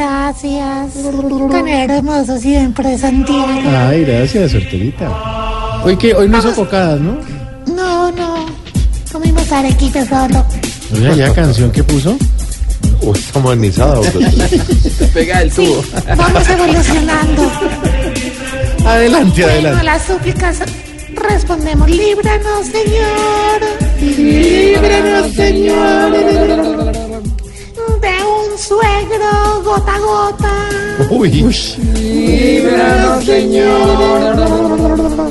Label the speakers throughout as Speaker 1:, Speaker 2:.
Speaker 1: Gracias. Tan hermoso siempre, Santiago.
Speaker 2: Ay, gracias, sorterita. Hoy que hoy no hizo cocadas, ¿no?
Speaker 1: No, no. Comimos arequipe solo.
Speaker 2: Oiga, ya canción que puso.
Speaker 3: Uy, está modernizada, doctor.
Speaker 4: Pega el tubo.
Speaker 1: Vamos evolucionando.
Speaker 2: Adelante,
Speaker 1: Bueno,
Speaker 2: adelante.
Speaker 1: las súplicas respondemos. Líbranos, Señor.
Speaker 2: Líbranos, Señor.
Speaker 1: De un suegro gota a gota.
Speaker 2: Uy, líbranos, Señor.
Speaker 1: Mm,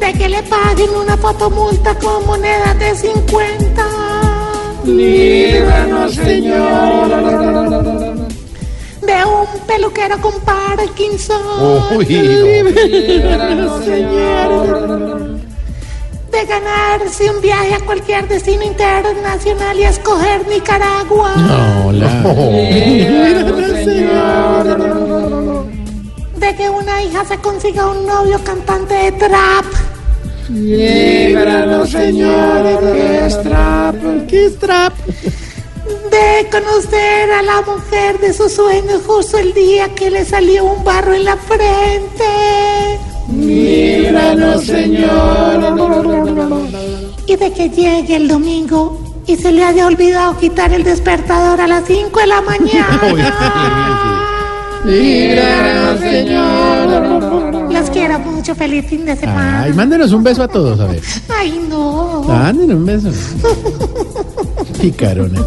Speaker 1: De que le paguen una fotomulta con moneda de 50.
Speaker 2: Líbranos, Señor.
Speaker 1: De un peluquero con Parkinson.
Speaker 2: Uy,
Speaker 1: De ganarse un viaje a cualquier destino internacional y escoger Nicaragua.
Speaker 2: no. Hola. Líbranos, Señor.
Speaker 1: De que una hija se consiga un novio cantante de trap.
Speaker 2: Líbranos, Señor. ¿Qué es trap? ¿Qué es trap?
Speaker 1: De conocer a la mujer de sus sueños justo el día que le salió un barro en la frente.
Speaker 2: Líbranos, Señor.
Speaker 1: Y de que llegue el domingo y se le haya olvidado quitar el despertador a las 5 de la mañana.
Speaker 2: Líbranos, Señor.
Speaker 1: Los quiero mucho. Feliz fin de semana.
Speaker 2: Ay, mándenos un beso a todos, a ver.
Speaker 1: Ay, no.
Speaker 2: Mándenos un beso. Picarona.